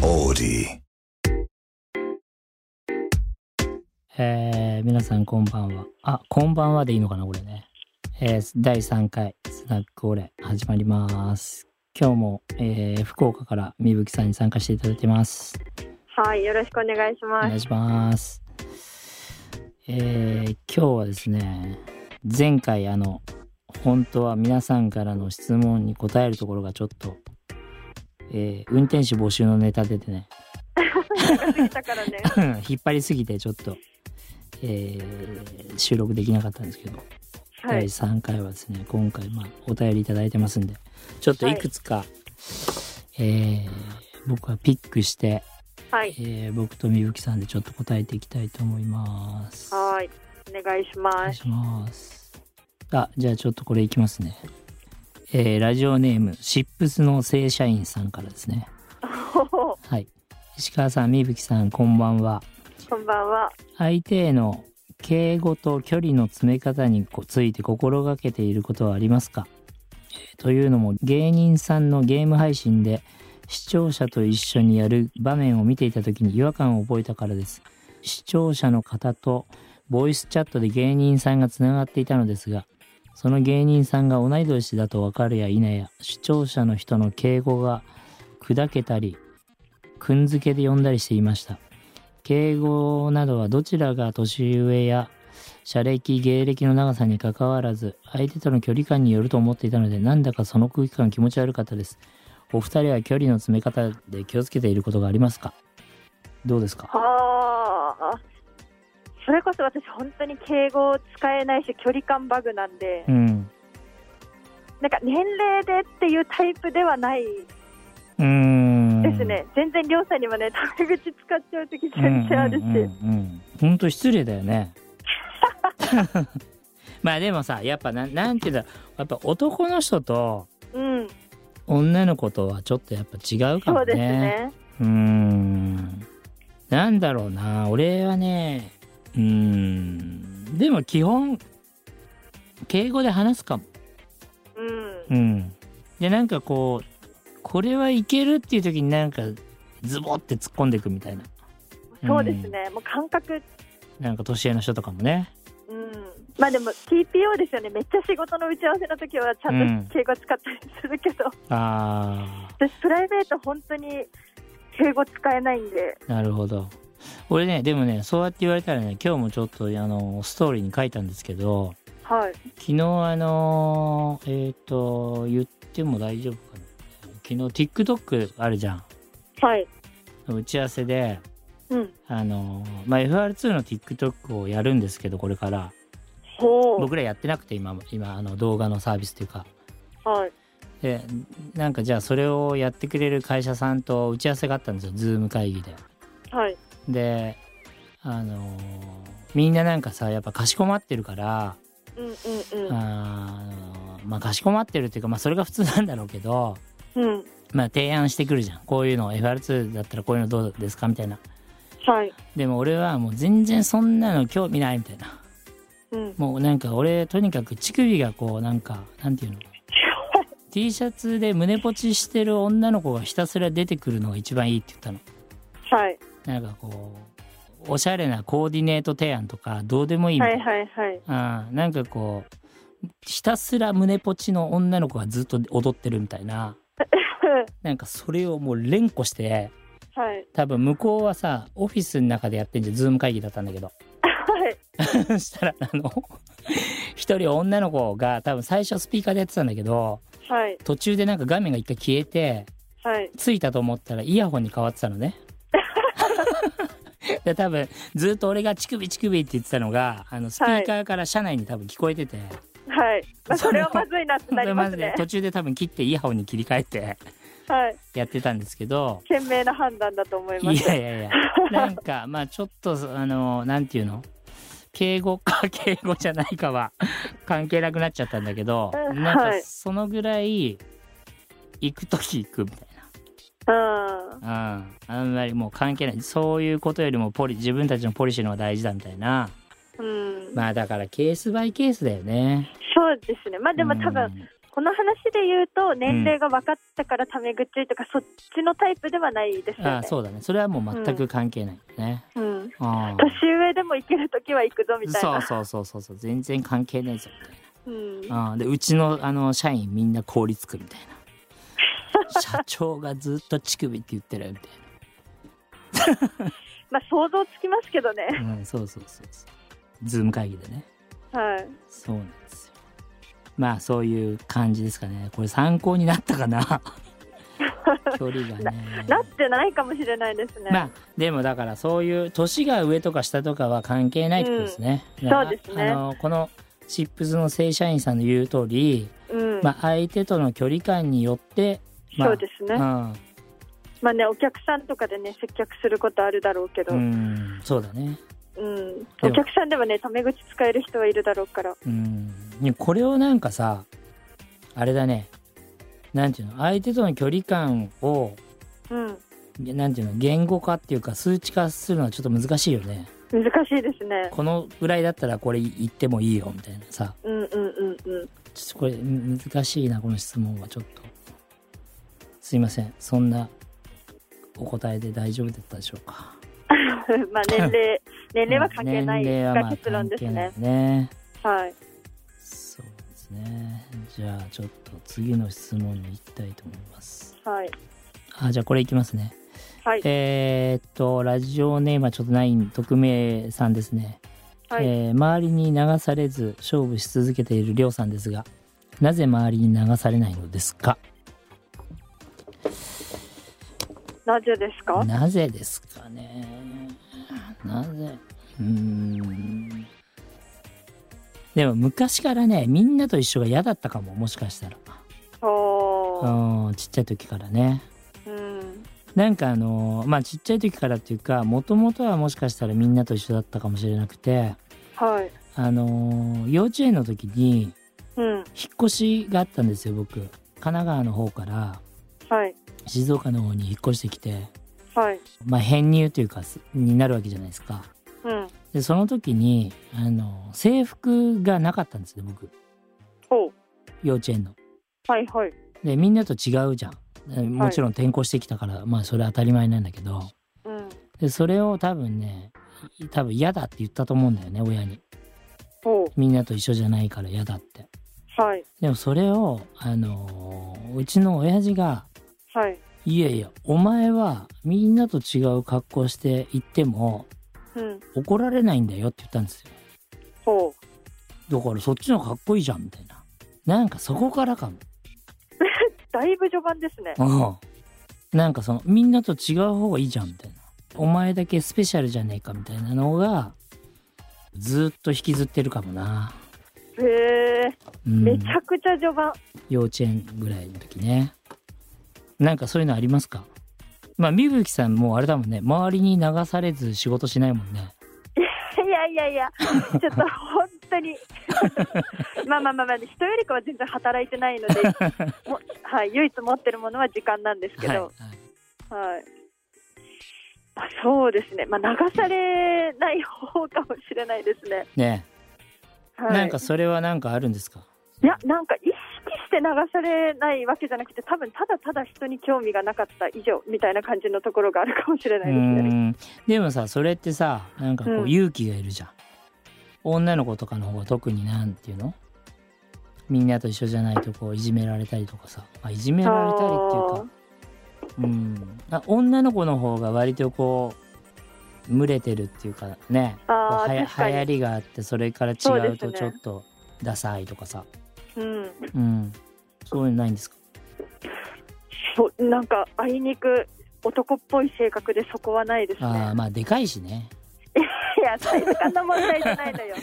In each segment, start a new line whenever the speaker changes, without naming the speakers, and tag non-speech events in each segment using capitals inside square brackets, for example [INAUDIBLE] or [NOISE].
body.
えー、皆さんこんばんは。あ、こんばんはでいいのかな、これね。えー、第3回、スナックオレ、始まります。今日も、えー、福岡からみぶきさんに参加していただいてます。
はい、よろしくお願いし
お
ま
願い
す。
します。えー、今日はですね、前回、あの、本当は皆さんからの質問に答えるところがちょっと、えー、運転手募集のネタ出てね、 [LAUGHS]
来たからね。
引っ張りすぎてちょっと、えー収録できなかったんですけど、
は
第
い、
3回はですね今回まあお便りいただいてますんでちょっといくつか、えー僕はピックして、
はい、
えー僕とみぶきさんでちょっと答えていきたいと思います。
はーい、お願いし
お願
ま
い
す。
します。あ、じゃあちょっとこれいきますね。えーラジオネーム、シップスの正社員さんからですね。
[LAUGHS] こ
はい。石川さん、みぶきさん、こんばんは。
んばんは。
相手への敬語と距離の詰め方について心がけていることはありますかえーというのも芸人さんのゲーム配信で視聴者と一緒にやる場面を見ていた時に違和感を覚えたからです視聴者の方とボイスチャットで芸人さんがつながっていたのですがその芸人さんが同い年だと分かるや否や視聴者の人の敬語が砕けたりくんづけで呼んだりしていました敬語などはどちらが年上や社歴芸歴の長さに関わらず相手との距離感によると思っていたのでなんだかその空気感気持ち悪かったですお二人は距離の詰め方で気をつけていることがありますかどうですか
はあ。それこそ私本当に敬語を使えないし距離感バグなんで、
うん
なんか年齢でっていうタイプではない
うんうん
ですね。全然りょうさんにもね [LAUGHS] タメ口使っちゃう時全然あるし、
うんうんうんうんほんと失礼だよね [LAUGHS] まあでもさやっぱななんていうんだろうやっぱ男の人と
うん、
女の子とはちょっとやっぱ違うか
そ
も
うですね。
うーん。なんだろうな。俺はね、うーん。でも基本、敬語で話すかも。
うん、
うん。で、なんかこう、これはいけるっていう時になんか、ズボって突っ込んでいくみたいな。
そうですね。もう感覚。
なんか年上の人とかもね。
うん、まあでも TPO ですよね、めっちゃ仕事の打ち合わせの時はちゃんと敬語使ったりするけど、
あ
私プライベート本当に敬語使えないんで
ー、なるほど。俺ね、でもね、そうやって言われたらね、今日もちょっと、あの、ストーリーに書いたんですけど、
はい
昨日あのーえっ、と言っても大丈夫かな昨日 TikTok あるじゃん
はい
打ち合わせで
うん
あのーまあ、FR2 の TikTok をやるんですけどこれから
ほ
僕らやってなくて今も今あの動画のサービスというか
うはい
でなんかじゃあそれをやってくれる会社さんと打ち合わせがあったんですよ Zoom 会議で
はい
であのーみんななんかさやっぱかしこまってるから
うんうん
あーまあかしこまってるっていうかまあそれが普通なんだろうけど
うんうん
まあ、提案してくるじゃんこういうの FR2 だったらこういうのどうですかみたいな
はい
でも俺はもう全然そんなの興味ないみたいな
うん
もうなんか俺とにかく乳首がこうなんかなんていうの T シャツで胸ポチしてる女の子がひたすら出てくるのが一番いいって言ったの
はい
なんかこうおしゃれなコーディネート提案とかどうでもいいみ
は
たい
い
な、
はいはい [LAUGHS]
あーなんかこうひたすら胸ポチの女の子がずっと踊ってるみたいななんかそれをもう連呼して
はい
多分向こうはさオフィスの中でやってんじゃんズーム会議だったんだけど [LAUGHS]
はい
したらあの一人女の子が多分最初スピーカーでやってたんだけど
はい
途中でなんか画面が一回消えて
はい
着いたと思ったらイヤホンに変わってたのねで多分ずっと俺が「乳首乳首」って言ってたのがあのスピーカーから車内に多分聞こえてて、
はいまあそれはまずいなってなります
で
ね
途中で多分切ってイヤホンに切り替えて [LAUGHS]
はい
やってたんですけど
賢明な判断だと思いま
い
す
やいやいや、なんか、まあちょっと、あの、なんていうの敬語か [LAUGHS] 敬語じゃないかは関係なくなっちゃったんだけど、
うん
なんか
はい
そのぐらい、行くとき行くみたい
うん
な。うん。あんまりもう関係ない。そういうことよりもポリ、自分たちのポリシーの方が大事だみたいな。
うん
まあだからケースバイケースだよね。
そうですねまあでも多
う
分
ん、
ここの話で言うと年齢が分かったからタメ口とか、そっちのタイプではないですよね
ああそうだねそれはもう全く関係ないね、
うん、
ああ
年上でも行ける時は行くぞみたい
そう
な
そうそうそうそう全然関係ないぞみたいな
うん、
あーでうちのあの社員みんな凍りつくみたい
[LAUGHS]
な社長がずっと乳首って言ってるみた
まあ想像つきますけどね
いな、うん、そうそうそうそうズーム会議でね
はい
そうなんですよまあそういう感じですかねこれ参考になったか
[LAUGHS]
な距離がね
なってないかもしれないですね、
まあでもだからそういう年が上とか下とかは関係ないってことですね、
ん
だから
そうですね
あのこのチップスの正社員さんの言う通り、
うん、
まあ、相手との距離感によって、まあ、
そうですね、
うん、
まあねお客さんとかでね接客することあるだろうけど、
う
うん
んそうだね、
お客さんでもねタメ口使える人はいるだろうから
うん、ねこれをなんかさあれだねなんていうの相手との距離感を
うん
なんていうの言語化っていうか数値化するのはちょっと難しいよね
難しいですね
このぐらいだったらこれ言ってもいいよみたいなさ
うんうんうんうん [LAUGHS]
ちょっとこれん難しいなこの質問はちょっとすいませんそんなお答えで大丈夫だったでしょうか
まあ年齢年齢は関係ない
年齢はま
が
あ
結
関
論です
係ない
ね。
ね
はい。
そうですね。じゃあちょっと次の質問に行きたいと思います。
はい。
あじゃあこれいきますね。
はい。
えーっとラジオネームはちょっとない匿名さんですね。
はい
えー周りに流されず勝負し続けているりょうさんですが、なぜ周りに流されないのですか。
なぜですか。
なぜですかね。なぜ。うーん。でも昔からねみんなと一緒が嫌だったかももしかしたら。
おお。
うんちっちゃい時からね。
うん。
なんかあのまあちっちゃい時からっていうかもともとはもしかしたらみんなと一緒だったかもしれなくて
はい。
あの幼稚園の時に
う
引
ん。
っ越しがあったんですよ僕神奈川の方から
はい。
静岡の方に引っ越してきて
はい。
まあ編入というかすになるわけじゃないですか
うん。
でその時にあの制服がなかったんですよ僕
ほう。
幼稚園の
はいはい。
でみんなと違うじゃんでもちろん転校してきたから、まあそれは当たり前なんだけど
うん。
でそれを多分ね多分嫌だって言ったと思うんだよね親に
ほ
みんなと一緒じゃないから嫌だって
う。はい。
でもそれをあのーうちの親父が
はい。
「いやいやお前はみんなと違う格好して行っても
うん。
怒られないんだよ」って言ったんですよ
ほう。
だからそっちの方がかっこいいじゃんみたいななんかそこからかも
だいぶ序盤ですね。
うんなんかそのみんなと違う方がいいじゃんみたいなお前だけスペシャルじゃねえかみたいなのがずーっと引きずってるかもな、
へえ。
うん、
めちゃくちゃ序盤。 [LAUGHS]
幼稚園ぐらいの時ねなんかそういうのありますかまあみぶきさんもあれだもんね周りに流されず仕事しないもんね
いやいやいや。ちょっと本当に。 [LAUGHS] まあまあまあまあ、人よりかは全然働いてな
[LAUGHS]
いので。もはい。唯一持ってるものは時間なんですけど。
はい、はい
はい。まあ、そうですね。まあ、流されない方かもしれないですね。
ねえ
はい、
なんかそれはなんかあるんですか
いや、なんか意識して流されないわけじゃなくて、多分ただただ人に興味がなかった以上みたいな感じのところがあるかもしれな
う
いですね。
んでもさそれってさなんかこ
う
うん勇気がいるじゃん、女の子とかの方が特になんていうのみんなと一緒じゃないとこういじめられたりとかさ、まあ、いじめられたりっていうかうん、あ女の子の方が割とこう群れてるっていうかねこ
あー
うはや
確かに
流行りがあってそれから違
そうで
う
す
と
ね
ちょっとダサいとかさ
う、うん、
うん、そういうのないんですか
そうなんかあいにく男っぽい性格でそこはないですね。
あーまあでかいしね
いや、サイズ感の問題じゃないのよ。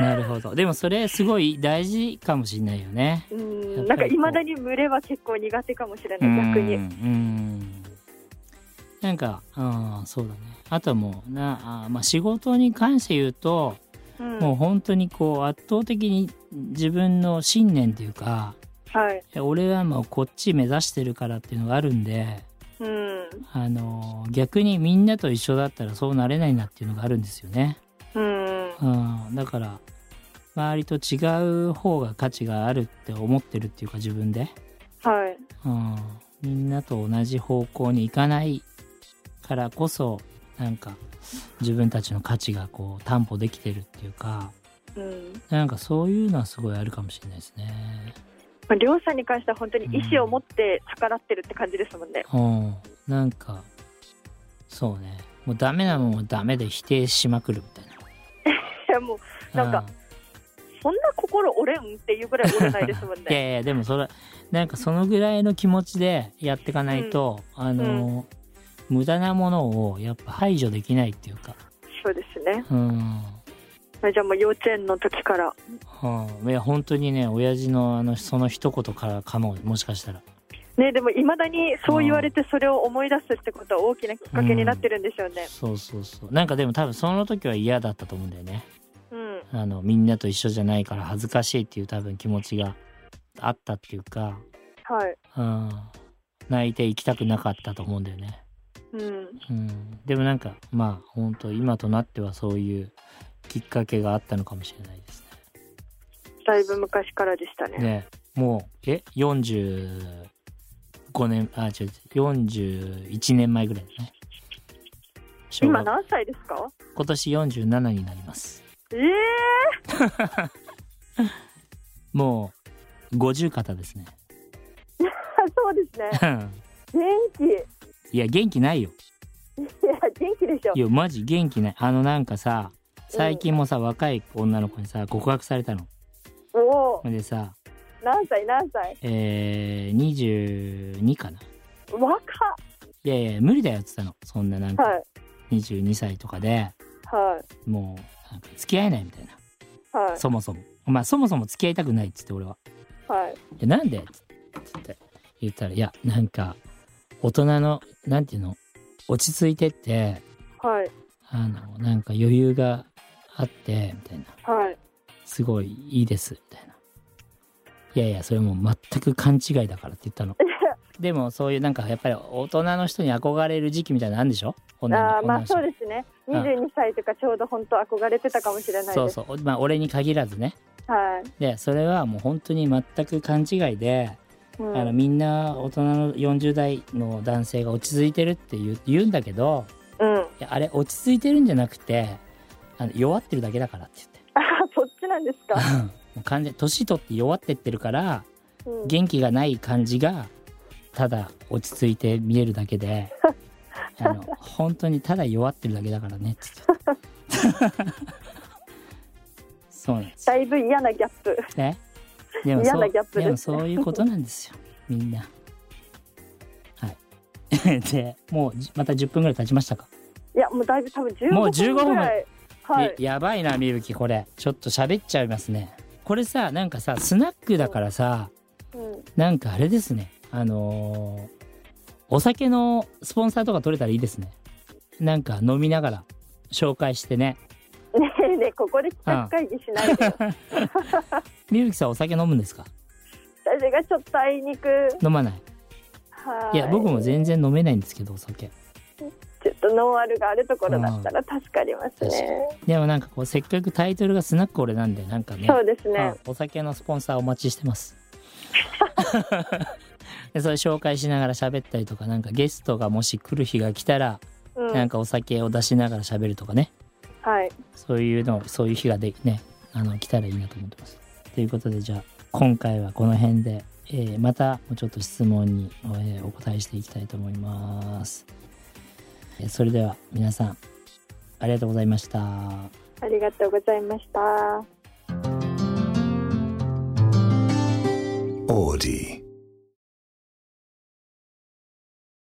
なるほどでもそれすごい大事かもしんないよね
うん、なんかいまだに群れは結構苦手かもしれない、逆に
う。んうんなんかうんそうだねあとはもうなあー、まあ、仕事に関して言うと、
うん、
もう本当にこう圧倒的に自分の信念というか
はい、
俺はもうこっち目指してるからっていうのがあるんで、
うん、
あの逆にみんなと一緒だったらそうなれないなっていうのがあるんですよね。
うん。
うん、だから周りと違う方が価値があるって思ってるっていうか自分で、
はい。
うん、みんなと同じ方向に行かないからこそなんか自分たちの価値がこう担保できてるっていうか
うん。
なんかそういうのはすごいあるかもしれないですね。
まあ、りょうさんに関しては本当に意志を持って逆らってるって感じですもんね。
うん、なんかそうねもうダメなもんはダメで否定しまくるみたい
いやもう
な。
なんか
うん
そんな心折れんっていうぐらい折れ [LAUGHS] ないですもん
いや
ね。
いやでもそれなんかそのぐらいの気持ちでやっていかないと、あの、無駄なものをやっぱ排除できないっていうか
そうですね。
うん、
まあじゃあもう幼稚園の時から。
うん、いや本当にね親父のあのその一言からかももしかしたら
ね、でもいまだにそう言われてそれを思い出すってことは大きなきっかけになってるんでしょうね。
そうそうそうなんかでも多分その時は嫌だったと思うんだよね
うん。
あのみんなと一緒じゃないから恥ずかしいっていう多分気持ちがあったっていうか、
はい。
うん、泣いていきたくなかったと思うんだよね
うん。
うん、でもなんかまあ本当今となってはそういうきっかけがあったのかもしれないです
だいぶ昔からでした
ね。
ね。
ねもうえ45年あ違う違う41年前ぐらいだね。小学
今何歳ですか
今年47になります。
ええ
もう50肩ですね。 [LAUGHS]
そうですね。
うん
元気。
い
い
や元気ないよ。
や、元気でしょ
い。やマジ元気ない。あのなんかさ最近もさ、若い女の子にさ告白されたの。
おお、
でさ、
何歳何歳
えー、22かな。
若っ
いやいや無理だよって言ったのそんななんか
はい。
22歳とかで
はい。
もうなんか付き合えないみたいな
はい。
そもそもまあそもそも付き合いたくないっつって俺は
はい。
「いやなんで?」っつって言ったら「いやなんか大人のなんていうの落ち着いてって
はい。
あのなんか余裕があって」みたいな
はい。
「すごいいいです」みたいな「いやいやそれもう全く勘違いだから」って言った
[LAUGHS]
のでもそういうなんかやっぱり大人の人に憧れる時期みたいなのあるんでしょ女の
ああ、
女
ま
の
あ
人
そうですね。22歳とかちょうど本当憧れてたかもしれないです。
そうそうまあ俺に限らずね
はい。
でそれはもう本当に全く勘違いで、
うん
あのみんな大人の40代の男性が落ち着いてるって言う言うんだけど
うん。あ
いやあれ落ち着いてるんじゃなくてあの弱ってるだけだからって
そっちなんですか。
言って [COUGHS] もう完全に年取って弱ってってるから
うん、
元気がない感じがただ落ち着いて見えるだけ
[LAUGHS]
であの本当にただ弱ってるだけだからねって言って [LAUGHS] たそうなんですよ
だいぶ嫌なギャップ。
ね。でも
嫌
そ
な
う
ギャップですね
でもそういうことなんですよ。みんな。はい。 [LAUGHS] で、もうじまた10分ぐらい経ちましたか。
いや、もうだいぶ多分15
もう
分
15
ぐらい。はい
え。やばいな、みぶき、これ。ちょっと喋っちゃいますね。これさ、なんかさ、スナックだからさ、
うん。
なんかあれですね。あのーお酒のスポンサーとか取れたらいいですね。なんか飲みながら紹介してね。
ねえねえ、ここで企画会議しないでよ。
みぶきさん、お酒飲むんですか
私がちょっとあいにく。
飲まない。
はい。
いや、僕も全然飲めないんですけど、お酒。
ちょっとノンアルがあるところだったら助かります
確か
ね。
でもなんかこうせっかくタイトルがスナック俺なんでなんかね
そうですね
あ。お酒のスポンサーお待ちしてます [LAUGHS] でそれ紹介しながら喋ったりとかなんかゲストがもし来る日が来たら、
うん。
なんかお酒を出しながら喋るとかね
はい。
そういうのそういう日がでねあの来たらいいなと思ってますということでじゃあ今回はこの辺で、えーまたもうちょっと質問に、えーお答えしていきたいと思います、えーそれでは皆さんありがとうございました
ありがとうございました。
Audi.